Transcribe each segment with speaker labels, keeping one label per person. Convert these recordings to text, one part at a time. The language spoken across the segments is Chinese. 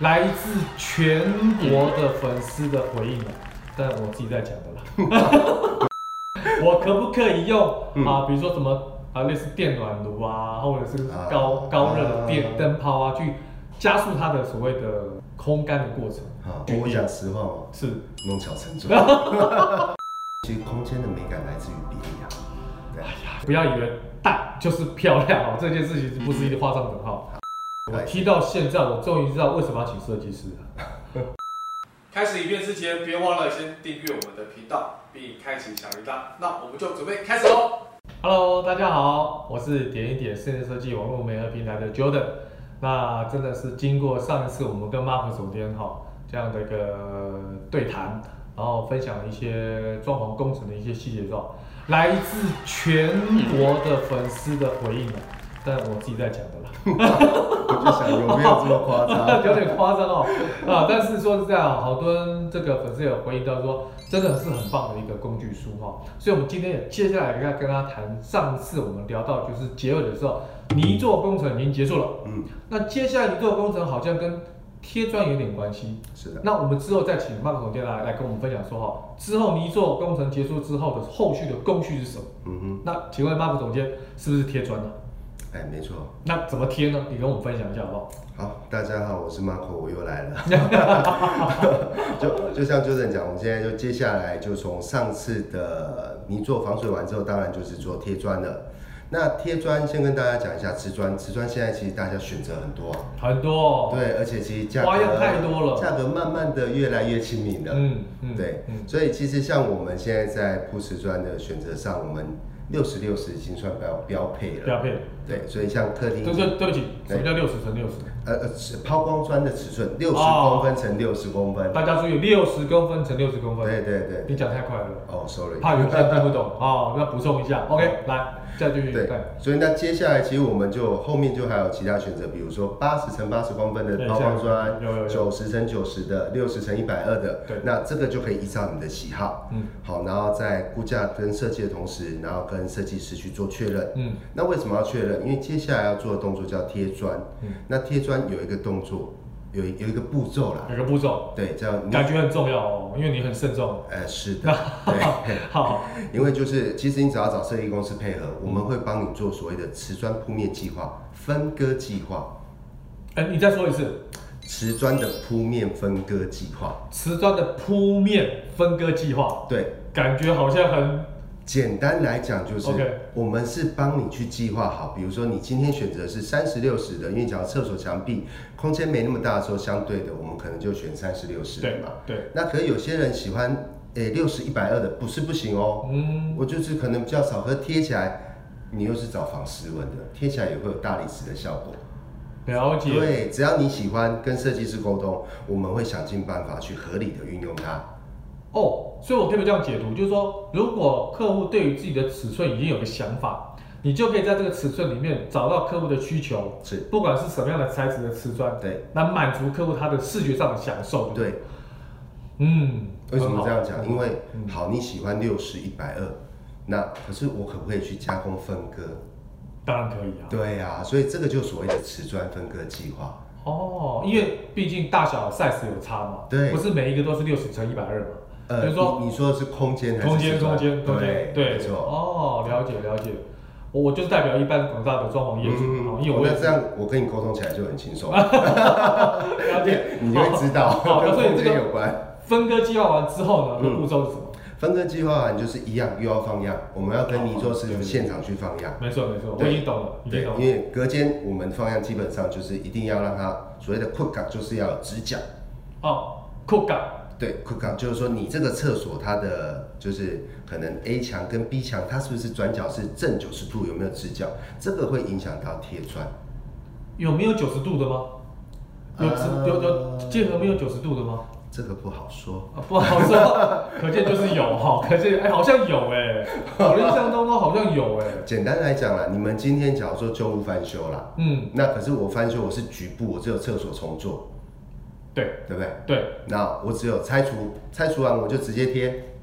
Speaker 1: 来自全国的粉丝的回应啊，但我自己在讲的啦。 我可不可以用
Speaker 2: 嗯
Speaker 1: 啊？比如说什么啊，类似电暖炉啊，或者是
Speaker 2: 啊
Speaker 1: 高高热的
Speaker 2: 啊
Speaker 1: 电灯泡啊，去加速它的所谓的烘干的过程。
Speaker 2: 好，跟我讲实话哦，
Speaker 1: 是
Speaker 2: 弄巧成拙。 其实空间的美感来自于比例啊。对啊，
Speaker 1: 不要以为大就是漂亮哦， 这件事情是不是一定画上等号？我踢到现在，我终于知道为什么要请设计师了。
Speaker 3: 开始影片之前，别忘了先订阅我们的频道，并开启小铃铛。那我们就准备开始喽！
Speaker 1: Hello，大家好，我是点一点室内设计网络媒合平台的 Jordan。那真的是经过上一次我们跟 Mark 总监哈这样的一个对谈，然后分享一些装潢工程的一些细节之后，来自全国的粉丝的回应啊，但我自己在讲的啦。
Speaker 2: 我就想有没有这么夸 张？
Speaker 1: 有点夸张哦，啊，但是说是这样，好多人这个粉丝有回应到说，真的是很棒的一个工具书哈、所以我们今天也接下来要跟他谈，上次我们聊到就是结尾的时候，泥做工程已经结束了，
Speaker 2: 嗯，
Speaker 1: 那接下来泥做工程好像跟贴砖有点关系，
Speaker 2: 是的。
Speaker 1: 那我们之后再请曼总监来来跟我们分享说哈，之后泥做工程结束之后的后续的工序是什么？
Speaker 2: 嗯
Speaker 1: 那请问曼总监是不是贴砖呢？
Speaker 2: 哼，哎，没错。
Speaker 1: 那怎么贴呢？你跟我们分享一下好不好？
Speaker 2: 好，大家好，我是 Marco，我又来 了。就就像 Jordan 讲，我们现在就接下来就从上次的泥做防水完之后，当然就是做贴砖了。那贴砖先跟大家讲一下瓷砖，瓷砖现在其实大家选择很多啊、
Speaker 1: 很多、哦，
Speaker 2: 对，而且其实价格
Speaker 1: 花样太多了
Speaker 2: 价格慢慢的越来越亲民了。
Speaker 1: 嗯嗯，
Speaker 2: 对，
Speaker 1: 嗯，
Speaker 2: 所以其实像我们现在在铺瓷砖的选择上，我们六十六十已经算标标配了。
Speaker 1: 不要骗。
Speaker 2: 对，所以像客厅
Speaker 1: 对对，对不起，什
Speaker 2: 对
Speaker 1: 么叫六十乘六十？
Speaker 2: 呃呃，尺抛光砖的尺寸六十
Speaker 1: 哦
Speaker 2: 公分乘六十公分。
Speaker 1: 大家注意，六十公分乘六十公分。
Speaker 2: 对对对。
Speaker 1: 你讲太快了，
Speaker 2: 哦，sorry。
Speaker 1: 怕有些人听不懂哦，那补充一下。OK，来，再继续。
Speaker 2: 对，所以那接下来其实我们就后面就还有其他选择，比如说八十乘八十公分
Speaker 1: 对
Speaker 2: 的抛光
Speaker 1: 像有有有
Speaker 2: 砖，九十乘九十的，六十乘一百二的
Speaker 1: 对，
Speaker 2: 那这个就可以依照你的喜好，
Speaker 1: 嗯
Speaker 2: 好，然后在估价跟设计的同时，然后跟设计师去做确认。
Speaker 1: 嗯，
Speaker 2: 那为什么要确认？因为接下来要做的动作叫贴砖，
Speaker 1: 嗯
Speaker 2: 那贴砖有一个动作，有一有一个步骤啦，
Speaker 1: 有个步骤，
Speaker 2: 对，叫你
Speaker 1: 哦感觉很重要哦，因为你很慎重。
Speaker 2: 呃是 的，对。
Speaker 1: 好，
Speaker 2: 因为就是，其实你只要找设计公司配合，我们会帮你做所谓的瓷砖铺面计划、分割计划、
Speaker 1: 哎，你再说一次，
Speaker 2: 瓷砖的铺面分割计划。
Speaker 1: 瓷砖的铺面分割计划，
Speaker 2: 对，
Speaker 1: 感觉好像很
Speaker 2: 简单来讲就是
Speaker 1: OK
Speaker 2: 我们是帮你去计划好。比如说你今天选择是三十六十的，因为讲到厕所墙壁空间没那么大的时候，相对的我们可能就选三十六十的
Speaker 1: 对
Speaker 2: 嘛。
Speaker 1: 对，
Speaker 2: 那可是有些人喜欢诶六十一百二的，不是不行哦。
Speaker 1: 嗯，
Speaker 2: 我就是可能比较少，可是贴起来，你又是找仿斯文的，贴起来也会有大理石的效果。
Speaker 1: 了解。
Speaker 2: 对，只要你喜欢，跟设计师沟通，我们会想尽办法去合理的运用它。
Speaker 1: 哦，所以我可不可以这样解读，就是说，如果客户对于自己的尺寸已经有个想法，你就可以在这个尺寸里面找到客户的需求，
Speaker 2: 是，
Speaker 1: 不管是什么样的材质的瓷砖，
Speaker 2: 对，
Speaker 1: 那满足客户他的视觉上的享受。不，
Speaker 2: 对。
Speaker 1: 嗯，
Speaker 2: 为什么这样
Speaker 1: 很好
Speaker 2: 讲？因为好，你喜欢六十一百二，那可是我可不可以去加工分割？
Speaker 1: 当然可以啊。
Speaker 2: 对呀、所以这个就所谓的瓷砖分割计划。
Speaker 1: 哦，因为毕竟大小 size 有差嘛，
Speaker 2: 对
Speaker 1: 不是每一个都是六十乘一百二嘛，就是说
Speaker 2: 呃你你说的是空间还是
Speaker 1: 中间
Speaker 2: 瓷
Speaker 1: 中
Speaker 2: 砖
Speaker 1: 间中间，
Speaker 2: 对，
Speaker 1: 对
Speaker 2: 没，错。
Speaker 1: 哦，了解了解。我我就是代表一般广大的装潢业主，哦因为
Speaker 2: 哦
Speaker 1: 我也
Speaker 2: 那这样我跟你沟通起来就很轻 松，
Speaker 1: 了解，
Speaker 2: 你就会知道
Speaker 1: 好，
Speaker 2: 跟
Speaker 1: 所以
Speaker 2: 空
Speaker 1: 这
Speaker 2: 间
Speaker 1: 个
Speaker 2: 有关。
Speaker 1: 分割计划完之后
Speaker 2: 嗯
Speaker 1: 呢，的步骤是什么？
Speaker 2: 分割计划你就是一样又要放样，我们要跟泥作师
Speaker 1: 对
Speaker 2: 傅
Speaker 1: 对
Speaker 2: 现场去放样。
Speaker 1: 没错没嗯错，我
Speaker 2: 对
Speaker 1: 已经懂了，已经
Speaker 2: 对，
Speaker 1: 懂
Speaker 2: 因
Speaker 1: 了。
Speaker 2: 为隔间我们放样基本上就是一定要让它所谓的 q u 就是要有直角。
Speaker 1: 哦，酷感，
Speaker 2: 对 q u 就是说你这个厕所它的就是可能 A 墙跟 B 墙它是不是转角是正九十度有没有直角，这个会影响到贴砖。
Speaker 1: 有没有九十度的吗？有直
Speaker 2: 呃
Speaker 1: 有有结合没有九十度的吗？
Speaker 2: 这个不好说，
Speaker 1: 啊，不好说， 可见就是有哈，可见哎、好像有哎、 我的印象当中好像有哎、
Speaker 2: 简单来讲啦，你们今天假如说旧屋翻修啦，
Speaker 1: 嗯，
Speaker 2: 那可是我翻修，我是局部，我只有厕所重做，
Speaker 1: 对
Speaker 2: 对不对？
Speaker 1: 对，
Speaker 2: 那我只有拆除，拆除完我就直接贴，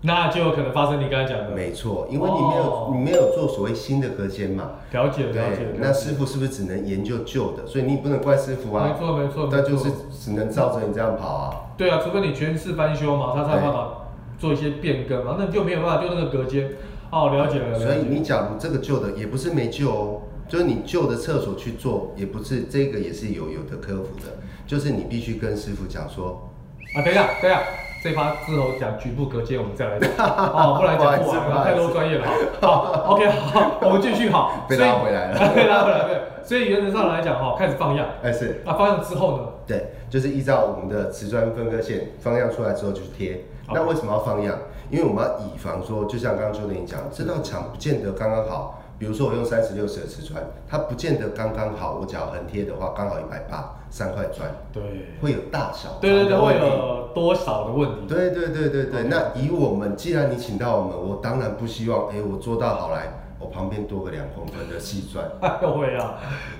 Speaker 1: 那就有可能发生你刚才讲的。
Speaker 2: 没错，因为你没有、
Speaker 1: 嗯哦
Speaker 2: 你没有做所谓新的隔间嘛，
Speaker 1: 了解了解了解
Speaker 2: 对，，那师傅是不是只能研究旧的？所以你不能怪师傅
Speaker 1: 没
Speaker 2: 啊，
Speaker 1: 错没错，
Speaker 2: 那
Speaker 1: 没
Speaker 2: 就
Speaker 1: 错
Speaker 2: 是只能照着你这样跑啊。
Speaker 1: 对啊，除非你全是翻修嘛，他才有
Speaker 2: 对
Speaker 1: 办法做一些变更嘛，那你就没有办法就那个隔间。哦，了解了，了解
Speaker 2: 所以你假如这个旧的也不是没救哦，就是你旧的厕所去做，也不是这个也是有有的克服的，就是你必须跟师傅讲说，
Speaker 1: 啊，等一下，等一下，这趴之后讲局部隔间，我们再来讲，哦，不然讲不完
Speaker 2: 不好
Speaker 1: 了，
Speaker 2: 意思
Speaker 1: 太多专业了。好，OK，好，我们继续好，
Speaker 2: 被
Speaker 1: 所以
Speaker 2: 拉回来了
Speaker 1: 被拉回来，对。所以原则上来讲，哈，开始放样，
Speaker 2: 哎是，
Speaker 1: 啊，放样之后呢，
Speaker 2: 对，就是依照我们的瓷砖分割线方样出来之后就贴。
Speaker 1: 好
Speaker 2: 那为什么要放样？因为我们要以防说，就像刚刚邱德你讲，这道墙不见得刚刚好。比如说我用三十六尺的瓷砖，它不见得刚刚好。我只要横贴的话，刚好一百八三块砖，
Speaker 1: 对，
Speaker 2: 会有大小
Speaker 1: 对对对，
Speaker 2: 的
Speaker 1: 会
Speaker 2: 问题
Speaker 1: 有多少的问 题？
Speaker 2: 对对对对对，那以我们，既然你请到我们，我当然不希望，哎、我做到好来，我旁边多个两公分的细砖，
Speaker 1: 哎呦喂 啊，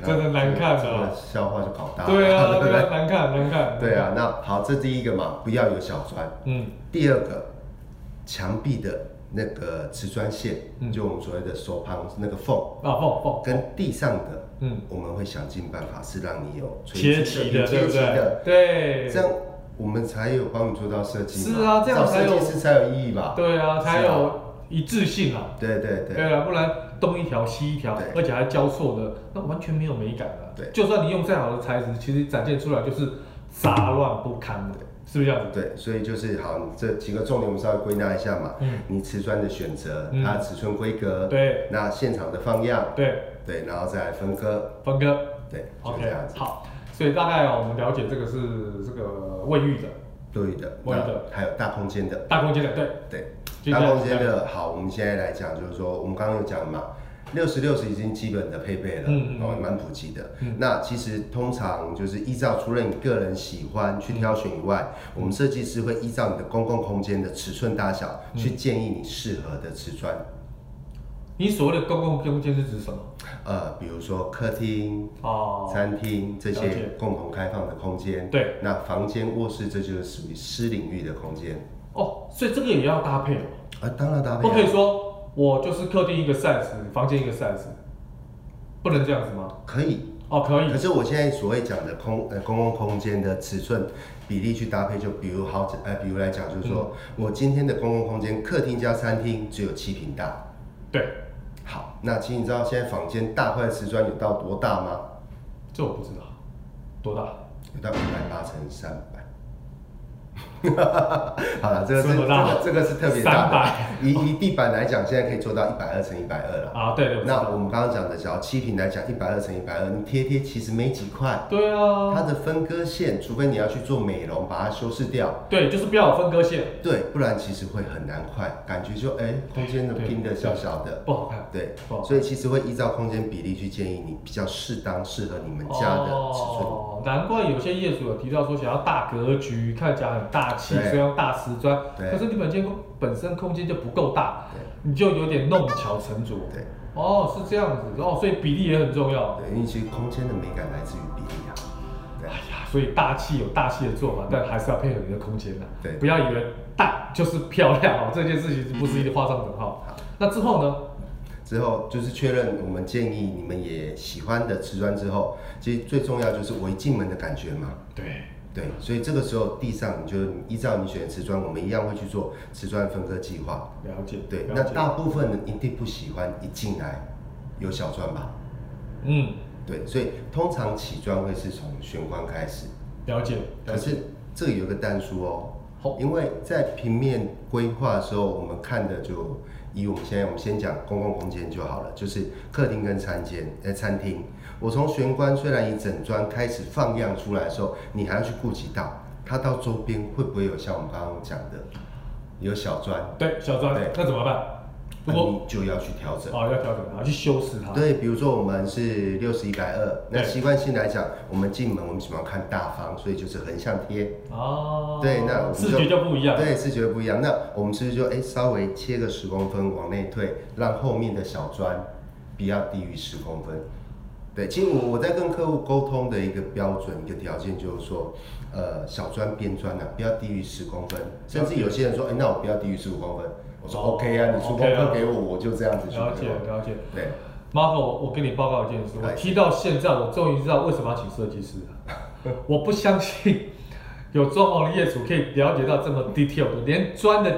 Speaker 1: 真的难看
Speaker 2: 这 个
Speaker 1: 的。
Speaker 2: 笑话就搞大了。
Speaker 1: 啊对啊，
Speaker 2: 对
Speaker 1: 对
Speaker 2: 不
Speaker 1: 啊，
Speaker 2: 对？
Speaker 1: 难看，难看。
Speaker 2: 对啊，那好，这第一个嘛，不要有小砖。
Speaker 1: 嗯，
Speaker 2: 第二个，墙壁的那个瓷砖线，
Speaker 1: 嗯
Speaker 2: 就我们所谓的手旁那个缝，
Speaker 1: 啊，放放，
Speaker 2: 跟地上的，
Speaker 1: 嗯，
Speaker 2: 我们会想尽办法是让你有
Speaker 1: 切齐的，对
Speaker 2: 切
Speaker 1: 不
Speaker 2: 齐
Speaker 1: 对
Speaker 2: 的，？
Speaker 1: 对，
Speaker 2: 这样我们才有帮你做到设计嘛。
Speaker 1: 是啊这样
Speaker 2: 找
Speaker 1: 才有
Speaker 2: 设计师才有意义吧？
Speaker 1: 对啊，才
Speaker 2: 是啊
Speaker 1: 有一致性啊。
Speaker 2: 对对对，
Speaker 1: 对啊，不然东一条西一条
Speaker 2: 对，
Speaker 1: 而且还交错的，那完全没有美感了。
Speaker 2: 对
Speaker 1: 就算你用再好的材质，其实展现出来就是杂乱不堪的，是不是这样子？
Speaker 2: 对，所以就是好，你这几个重点我们稍微归纳一下嘛。
Speaker 1: 嗯
Speaker 2: 你瓷砖的选择，
Speaker 1: 嗯
Speaker 2: 它的尺寸规格，
Speaker 1: 对，
Speaker 2: 那现场的放样，
Speaker 1: 对，
Speaker 2: 对，然后再来分割，
Speaker 1: 峰哥
Speaker 2: 对，就这
Speaker 1: ，OK，
Speaker 2: 样子。
Speaker 1: 好，所以大概哦我们了解这个是这个卫浴的
Speaker 2: 对的，
Speaker 1: 我的
Speaker 2: 那还有大空间的，
Speaker 1: 大空间的，对，
Speaker 2: 对，
Speaker 1: 就这
Speaker 2: 大
Speaker 1: 样
Speaker 2: 空间的好，我们现在来讲，就是说我们刚刚有讲嘛，六十六十已经基本的配备了，
Speaker 1: 嗯嗯嗯
Speaker 2: 哦，蛮普及的。那其实通常就是依照除了你个人喜欢去挑选以外，
Speaker 1: 嗯
Speaker 2: 我们设计师会依照你的公共空间的尺寸大小
Speaker 1: 嗯
Speaker 2: 去建议你适合的瓷砖。
Speaker 1: 你所谓的公共空间是指什么？
Speaker 2: 呃，比如说客厅、
Speaker 1: 哦，
Speaker 2: 餐厅这
Speaker 1: 了解
Speaker 2: 些共同开放的空间。
Speaker 1: 对，
Speaker 2: 那房间、卧室这就是属于私领域的空间。
Speaker 1: 哦，所以这个也要搭配哦，
Speaker 2: 啊，当然搭配
Speaker 1: 不
Speaker 2: 啊
Speaker 1: 可以说我就是客厅一个 size，房间一个 size，不能这样子吗？
Speaker 2: 可以。
Speaker 1: 哦，可以
Speaker 2: 可，是我现在所谓讲的空呃公共空间的尺寸比例去搭配，就比如好几呃，比如来讲，就是说、
Speaker 1: 嗯
Speaker 2: 我今天的公共空间，客厅加餐厅只有七平大。
Speaker 1: 对，
Speaker 2: 好，那其实你知道现在房间大块瓷砖有到多大吗？
Speaker 1: 这我不知道，多大？
Speaker 2: 有到五百八乘三百。 好了，这个是
Speaker 1: 这
Speaker 2: 这
Speaker 1: 么大
Speaker 2: 个这个是特别大的
Speaker 1: 300。
Speaker 2: 以以地板来讲，现在可以做到一百二乘一百二了。
Speaker 1: 啊，对对，
Speaker 2: 那我们刚刚讲的，只要七平来讲，一百二乘一百二，你贴贴其实没几块。
Speaker 1: 对啊，
Speaker 2: 它的分割线，除非你要去做美容，把它修饰掉，
Speaker 1: 对，就是不要有分割线，
Speaker 2: 对，不然其实会很难快，感觉就哎、空间的
Speaker 1: 对
Speaker 2: 拼的小小的，
Speaker 1: 不好看。
Speaker 2: 对
Speaker 1: 哦，
Speaker 2: 所以其实会依照空间比例去建议你比较适当适合你们家的尺寸。
Speaker 1: 哦，难怪有些业主有提到说想要大格局，看起来很大气，
Speaker 2: 对
Speaker 1: 所以要大瓷砖。
Speaker 2: 对
Speaker 1: 可是你本间本身空间就不够大
Speaker 2: 对，
Speaker 1: 你就有点弄巧成拙。
Speaker 2: 对
Speaker 1: 哦，是这样子哦，所以比例也很重要。
Speaker 2: 对，因为其实空间的美感来自于比例啊。对
Speaker 1: 哎呀，所以大气有大气的做法，但还是要配合你的空间呐。
Speaker 2: 嗯
Speaker 1: 啊
Speaker 2: 对
Speaker 1: 不要以为大就是漂亮 哦，这件事情不是一定画上等号。那之后呢？
Speaker 2: 之后就是确认我们建议你们也喜欢的瓷砖之后，其实最重要就是我一进门的感觉嘛。
Speaker 1: 对，
Speaker 2: 对，所以这个时候地上你就依照你选的瓷砖，我们一样会去做瓷砖分割计划。
Speaker 1: 了解。
Speaker 2: 对，
Speaker 1: 了
Speaker 2: 那
Speaker 1: 解
Speaker 2: 大部分人一定不喜欢一进来有小砖吧？
Speaker 1: 嗯，
Speaker 2: 对，所以通常起砖会是从玄关开始，
Speaker 1: 了解。
Speaker 2: 可是这个有个淡书哦
Speaker 1: 好，
Speaker 2: 因为在平面规划的时候，我们看的就以我们现在我们先讲公共空间就好了，就是客厅跟餐间，呃，餐厅。我从玄关虽然以整砖开始放样出来的时候，你还要去顾及到它到周边会不会有像我们刚刚讲的有小砖，
Speaker 1: 对，小张
Speaker 2: 对，
Speaker 1: 那怎么办？如
Speaker 2: 那
Speaker 1: 果
Speaker 2: 你就要去调整。
Speaker 1: 哦，要调整，然后去修饰它。
Speaker 2: 对，比如说我们是六十一百二，那
Speaker 1: 对
Speaker 2: 习惯性来讲，我们进门我们喜欢看大方，所以就是横向贴。
Speaker 1: 哦，
Speaker 2: 对，那我们
Speaker 1: 视觉就不一样。
Speaker 2: 对，视觉不一样。那我们是不是就哎、稍微切个十公分往内退，让后面的小砖不要低于十公分？对，其实我我在跟客户沟通的一个标准一个条件就是说，呃，小砖边砖啊，不要低于十公分，甚至有些人说，哎、那我不要低于十五公分。我说
Speaker 1: 哦
Speaker 2: OK 啊，你出公
Speaker 1: OK 啊
Speaker 2: 分给我，我就这样子去
Speaker 1: 了解
Speaker 2: 规划
Speaker 1: 了解。
Speaker 2: 对，
Speaker 1: Marco，我我跟你报告一件事，我
Speaker 2: 哎
Speaker 1: 踢到现在，我终于知道为什么要请设计师 了。我不相信 有装潢的业主可以了解到这么 detail 的，连砖的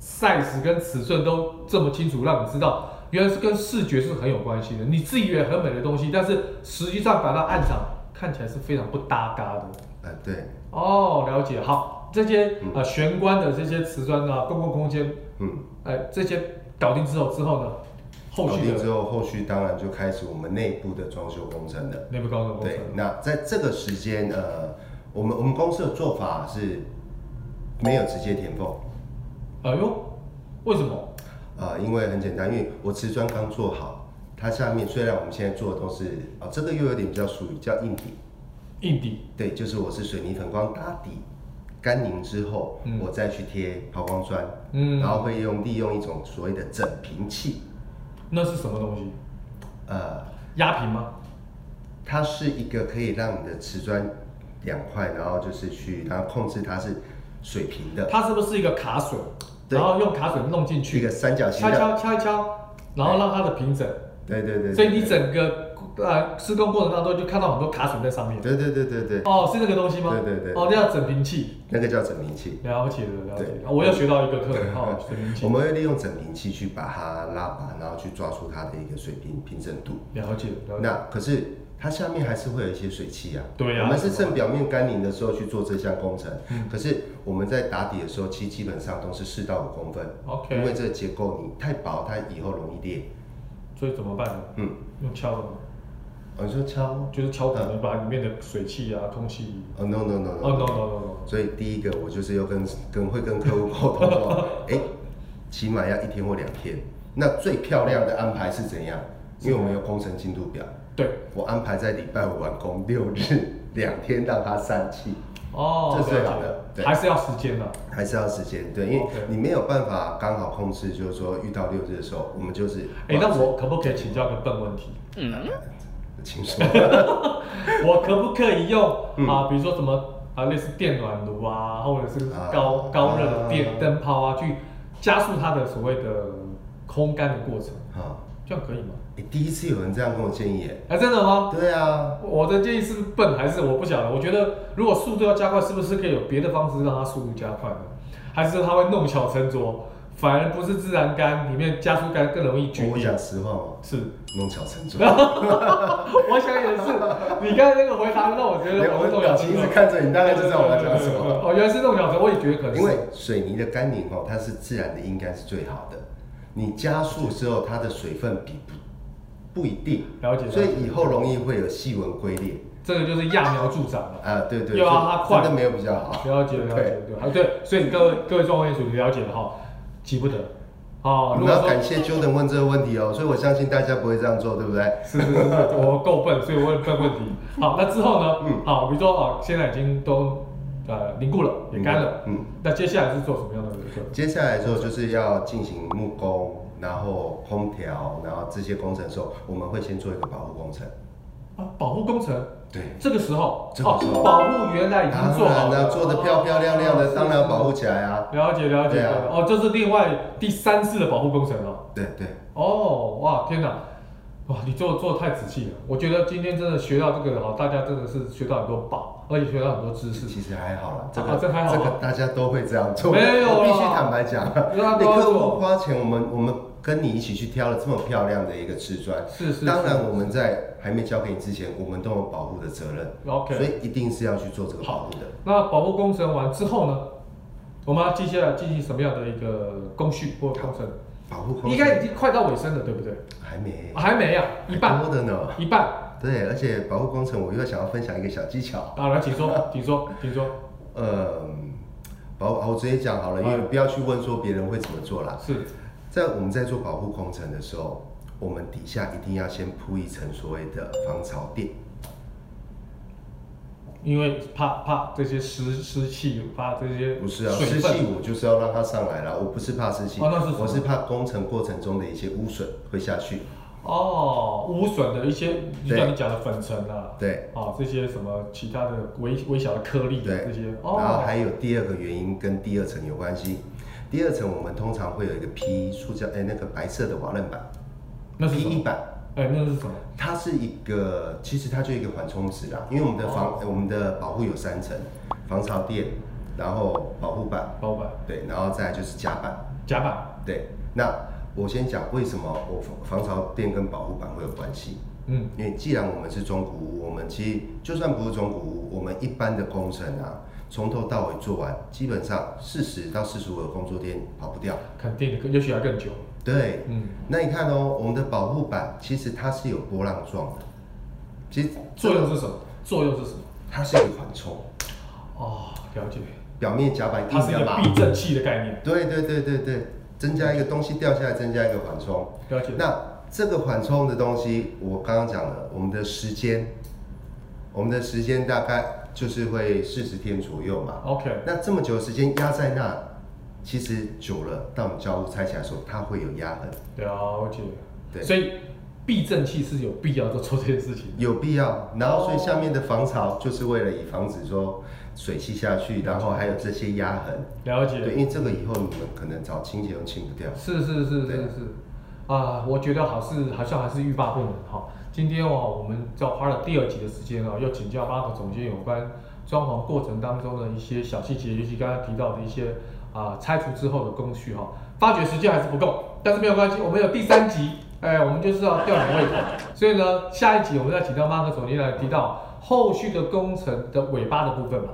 Speaker 1: size 跟尺寸都这么清楚，让你知道原来是跟视觉是很有关系的。你自以为很美的东西，但是实际上摆到暗场看起来是非常不搭嘎的。
Speaker 2: 呃，对，
Speaker 1: 哦，了解。好，这些
Speaker 2: 嗯
Speaker 1: 呃玄关的这些瓷砖啊，公共空间，
Speaker 2: 嗯。
Speaker 1: 哎，这些搞定之后之后呢，后
Speaker 2: 搞
Speaker 1: 续
Speaker 2: 定
Speaker 1: 的
Speaker 2: 之后，后续当然就开始我们内部的装修工程了。
Speaker 1: 内部高层工程
Speaker 2: 对。，那在这个时间，呃，我们我们公司的做法是没有直接填缝，
Speaker 1: 哎呦，为什么？
Speaker 2: 呃，因为很简单，因为我瓷砖刚做好，它下面虽然我们现在做的都是啊、这个又有点比较属于叫硬底，
Speaker 1: 硬底
Speaker 2: 对，就是我是水泥粉光打底，干凝之后，
Speaker 1: 嗯
Speaker 2: 我再去贴抛光砖，
Speaker 1: 嗯
Speaker 2: 然后会用利用一种所谓的整平器，
Speaker 1: 那是什么东西？
Speaker 2: 呃，
Speaker 1: 压平吗？
Speaker 2: 它是一个可以让你的瓷砖两块，然后就是去然后控制它是水平的，
Speaker 1: 它是不是一个卡水？
Speaker 2: 对
Speaker 1: 然后用卡水弄进
Speaker 2: 一个
Speaker 1: 去，
Speaker 2: 三角形
Speaker 1: 敲一
Speaker 2: 的，
Speaker 1: 敲敲一敲，然后让它的平整。
Speaker 2: 对对对，
Speaker 1: 所以
Speaker 2: 对
Speaker 1: 你整个呃施工过程当中就看到很多卡水在上面。
Speaker 2: 对对对对对，
Speaker 1: 哦，是那个东西吗？
Speaker 2: 对对对
Speaker 1: 哦，那叫整平器。
Speaker 2: 那个叫整平器。
Speaker 1: 了解了，了解
Speaker 2: 对
Speaker 1: 了。我又学到一个课哦，整平
Speaker 2: 我
Speaker 1: 器。
Speaker 2: 们会利用整平器去把它拉拔，然后去抓出它的一个水平平整度。
Speaker 1: 了解了解。
Speaker 2: 那可是它下面还是会有一些水汽啊。
Speaker 1: 对啊嗯
Speaker 2: 我们是趁表面干凝的时候去做这项工程，可是我们在打底的时候，其实基本上都是四到五公分。
Speaker 1: OK
Speaker 2: 因为这个结构你太薄，它以后容易裂。
Speaker 1: 所以怎么办呢？
Speaker 2: 嗯，
Speaker 1: 用敲的吗？
Speaker 2: 哦、你说敲？
Speaker 1: 就是敲
Speaker 2: 嗯
Speaker 1: 鼓，你把里面的水汽啊、空气。
Speaker 2: 哦、no no no
Speaker 1: 哦，no no no no。
Speaker 2: 所以第一个我就是要跟跟会跟客户沟通说， 哎、起码要一天或两天。那最漂亮的安排是怎样？因为我们有工程进度表，
Speaker 1: 对。
Speaker 2: 我安排在礼拜五完工，六日两天让它散气，
Speaker 1: 哦，
Speaker 2: 这是最
Speaker 1: 了
Speaker 2: 好
Speaker 1: 解
Speaker 2: 的对
Speaker 1: 还是要时间的。
Speaker 2: 还是要时间对，因为
Speaker 1: OK
Speaker 2: 你没有办法刚好控制，就是说遇到六日的时候，我们就是
Speaker 1: 哎、那我可不可以请教个笨问题？
Speaker 2: 请 说，
Speaker 1: 我可不可以用
Speaker 2: 嗯
Speaker 1: 啊、比如说什么啊，类似电暖炉啊，或者是
Speaker 2: 啊
Speaker 1: 高、高热的电
Speaker 2: 啊
Speaker 1: 灯泡啊，去加速它的所谓的烘干的过程，
Speaker 2: 好、
Speaker 1: 这样可以吗？
Speaker 2: 诶第一次有人这样跟我建议耶，
Speaker 1: 哎、真的吗？
Speaker 2: 对啊，
Speaker 1: 我的建议是笨还是我不晓得？我觉得如果速度要加快，是不是可以有别的方式让它速度加快呢？还是它会弄巧成拙，反而不是自然干里面加速干更容易决
Speaker 2: 我
Speaker 1: 裂
Speaker 2: 讲？实话哦，
Speaker 1: 是，
Speaker 2: 弄巧 成拙，
Speaker 1: 我想也是。你刚才那个回答让我觉
Speaker 2: 没
Speaker 1: 得
Speaker 2: 有我的
Speaker 1: 弄
Speaker 2: 表
Speaker 1: 巧
Speaker 2: 情
Speaker 1: 成
Speaker 2: 一
Speaker 1: 拙
Speaker 2: 直。看着你，大概就知道我要讲什么。
Speaker 1: 哦，原来是弄巧成，我也觉得可能是
Speaker 2: 因为水泥的干凝哦，它是自然的，应该是最好的。你加速之后，它的水分比不不一定，
Speaker 1: 了解
Speaker 2: 所以以后容易会有细纹龟裂
Speaker 1: 这个就是揠苗助长了。
Speaker 2: 啊，对对
Speaker 1: 有啊它
Speaker 2: 所以
Speaker 1: 快
Speaker 2: 真的没有比较好。
Speaker 1: 了解了解，
Speaker 2: 对
Speaker 1: 对，啊对，所以各位各位状况业主你了解了哈，急不得哦。
Speaker 2: 我
Speaker 1: 如
Speaker 2: 们
Speaker 1: 果
Speaker 2: 要
Speaker 1: 说
Speaker 2: 感谢 Jordan 问这个问题哦，所以我相信大家不会这样做，对不对？
Speaker 1: 是是是是，我够笨，所以我问笨 问题。好，那之后呢？
Speaker 2: 嗯
Speaker 1: 好，比如说啊，现在已经都呃凝固了，也干了，
Speaker 2: 嗯，
Speaker 1: 那接下来是做什么样的工作？
Speaker 2: 接下来之后就是要进行木工，然后空调，然后这些工程的时候，我们会先做一个保护工程。
Speaker 1: 啊，保护工程。
Speaker 2: 对，
Speaker 1: 这个时候，
Speaker 2: 这个时候
Speaker 1: 哦，保护原来已经
Speaker 2: 当
Speaker 1: 做好
Speaker 2: 然
Speaker 1: 了，
Speaker 2: 了，做的漂漂亮亮
Speaker 1: 哦
Speaker 2: 的，当然要
Speaker 1: 是
Speaker 2: 保。
Speaker 1: 是
Speaker 2: 护起来啊。
Speaker 1: 了解了解，
Speaker 2: 对啊
Speaker 1: 了解哦，这是另外第三次的保护工程哦。
Speaker 2: 对对。
Speaker 1: 哦，哇，天哪，哇，你做做得太仔细了，我觉得今天真的学到这个哈，大家真的是学到很多宝，而且学到很多知识。
Speaker 2: 其实还好啦，这个、
Speaker 1: 啊这还好吗
Speaker 2: 个大家都会这样做。
Speaker 1: 没有啦
Speaker 2: 我必须坦白讲，
Speaker 1: 对啊
Speaker 2: 你
Speaker 1: 都要
Speaker 2: 客
Speaker 1: 做
Speaker 2: 户花钱，我们我们跟你一起去挑了这么漂亮的一个瓷砖，
Speaker 1: 是是，
Speaker 2: 当
Speaker 1: 是
Speaker 2: 然我们在还没交给你之前，我们都有保护的责任
Speaker 1: OK
Speaker 2: 所以一定是要去做这个保护的。
Speaker 1: 那保护工程完之后呢，我们要接下来进行什么样的一个工序或工程？
Speaker 2: 保护
Speaker 1: 应该已经快到尾声了，对不对？
Speaker 2: 还没
Speaker 1: 还没啊，一半
Speaker 2: 还，多的呢。
Speaker 1: 一半。
Speaker 2: 对，而且保护工程，我又想要分享一个小技巧。
Speaker 1: 当然，请说，请说，请说。
Speaker 2: 呃，保护好我直接讲好了，因为
Speaker 1: 嗯
Speaker 2: 不要去问说别人会怎么做啦。
Speaker 1: 是，
Speaker 2: 在我们在做保护工程的时候，我们底下一定要先铺一层所谓的防潮垫。
Speaker 1: 因为怕怕这些湿湿气，怕这些
Speaker 2: 不是啊，
Speaker 1: 水
Speaker 2: 湿
Speaker 1: 分
Speaker 2: 气我就是要让它上来了，我不是怕湿气，
Speaker 1: 哦那是什么
Speaker 2: 我是怕工程过程中的一些污水会下去。
Speaker 1: 哦，污损的一些，就像你讲的粉尘啊，
Speaker 2: 对
Speaker 1: 哦，这些什么其他的微微小的颗粒啊
Speaker 2: 对，
Speaker 1: 这些，
Speaker 2: 然后还
Speaker 1: 哦，
Speaker 2: 有第二个原因跟第二层有关系。第二层我们通常会有一个 P 塑胶，哎、那个白色的瓦楞板
Speaker 1: 那是
Speaker 2: ，P
Speaker 1: 什
Speaker 2: 一
Speaker 1: 么？
Speaker 2: 板，
Speaker 1: 哎，那是什么？
Speaker 2: 它是一个，其实它就一个缓冲值啦，因为我们的防、我们的保护有三层，防潮垫，然后保护板，
Speaker 1: 老板，
Speaker 2: 对，然后再来就是甲板，
Speaker 1: 甲板，
Speaker 2: 对。那我先讲为什么我防防潮垫跟保护板会有关系，
Speaker 1: 嗯，
Speaker 2: 因为既然我们是中古屋，我们其实就算不是中古屋，我们一般的工程啊，从头到尾做完，基本上四十到四十五个工作天跑不掉。
Speaker 1: 肯定的，也许要更久，
Speaker 2: 对，
Speaker 1: 嗯，
Speaker 2: 那你看哦，我们的保护板其实它是有波浪状的，其实
Speaker 1: 作用是什么？作用是什么？
Speaker 2: 它是一个缓冲，
Speaker 1: 哦，了解，
Speaker 2: 表面甲板
Speaker 1: 它是
Speaker 2: 硬
Speaker 1: 一
Speaker 2: 的
Speaker 1: 个
Speaker 2: 嘛，
Speaker 1: 避震器的概念，
Speaker 2: 对对对对对，增加一个东西掉下来，增加一个缓冲。
Speaker 1: 了解，
Speaker 2: 那这个缓冲的东西，我刚刚讲了，我们的时间，我们的时间大概就是会四十天左右嘛。
Speaker 1: OK，
Speaker 2: 那这么久的时间压在那，其实久了，到你交屋拆起来的时候，它会有压痕，
Speaker 1: 了解，
Speaker 2: 对
Speaker 1: 所以避震器是有必要做做这件事情的，
Speaker 2: 有必要。然后所以下面的防潮就是为了以防止说水汽下去，然后还有这些压痕。
Speaker 1: 了解，
Speaker 2: 对，因为这个以后你们可能找清洁都清不掉。
Speaker 1: 是是是是
Speaker 2: 对
Speaker 1: 是，啊，我觉得好是好像还是欲罢不能哈。今天哦，我们在花了第二集的时间哦，要请教八个总监有关装潢过程当中的一些小细节，尤其刚才提到的一些啊拆除之后的工序哈、发觉时间还是不够，但是没有关系，我们有第三集，哎，我们就是要吊你胃口。 所以呢，下一集我们要请到八个总监来提到后续的工程的尾巴的部分嘛。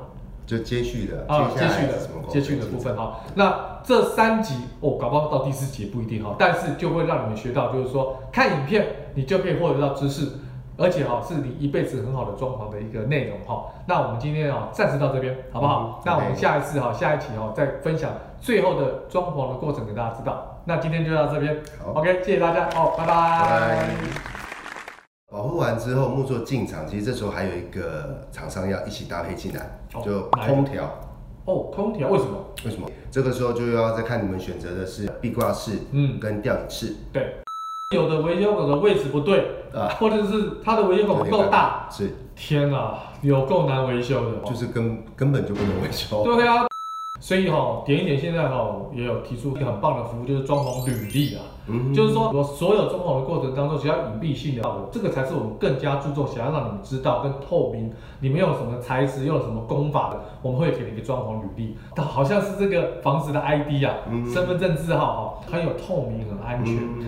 Speaker 2: 就接续的，
Speaker 1: 啊，
Speaker 2: 接
Speaker 1: 接
Speaker 2: 下
Speaker 1: 续
Speaker 2: 来
Speaker 1: 的
Speaker 2: 是什么工
Speaker 1: 接续的部分哈。那这三集哦，搞不好到第四集也不一定哈，但是就会让你们学到，就是说看影片你就可以获得到知识，而且哈是你一辈子很好的装潢的一个内容哈。那我们今天啊暂时到这边好不好
Speaker 2: 嗯？
Speaker 1: 那我们
Speaker 2: OK
Speaker 1: 下一次哈下一期哈再分享最后的装潢的过程给大家知道。那今天就到这边
Speaker 2: 好
Speaker 1: ，OK，谢谢大家哦，拜拜
Speaker 2: 拜。保护完之后，木作进场，其实这时候还有一个厂商要一起搭配进来，
Speaker 1: 哦
Speaker 2: 就
Speaker 1: 哪一个
Speaker 2: 空调。
Speaker 1: 哦，空调为什么？
Speaker 2: 为什么？这个时候就要再看你们选择的是壁挂式，
Speaker 1: 嗯
Speaker 2: 嗯，跟吊顶式。
Speaker 1: 对，有的维修口的位置不对，
Speaker 2: 啊
Speaker 1: 或者是它的维修口不够大。
Speaker 2: 是，
Speaker 1: 天啊，有够难维修的，
Speaker 2: 就是根根本就不能维修。
Speaker 1: 对啊。所以哈、点一点现在哈、也有提出一个很棒的服务，就是装潢履历啊，
Speaker 2: 嗯
Speaker 1: 就是说我所有装潢的过程当中，只要隐蔽性的，这个才是我们更加注重，想要让你们知道跟透明，你们用什么材质，用什么工法的，我们会给你一个装潢履历，但好像是这个房子的 ID 啊，身份证字号哈、很有透明，很安全。
Speaker 2: 嗯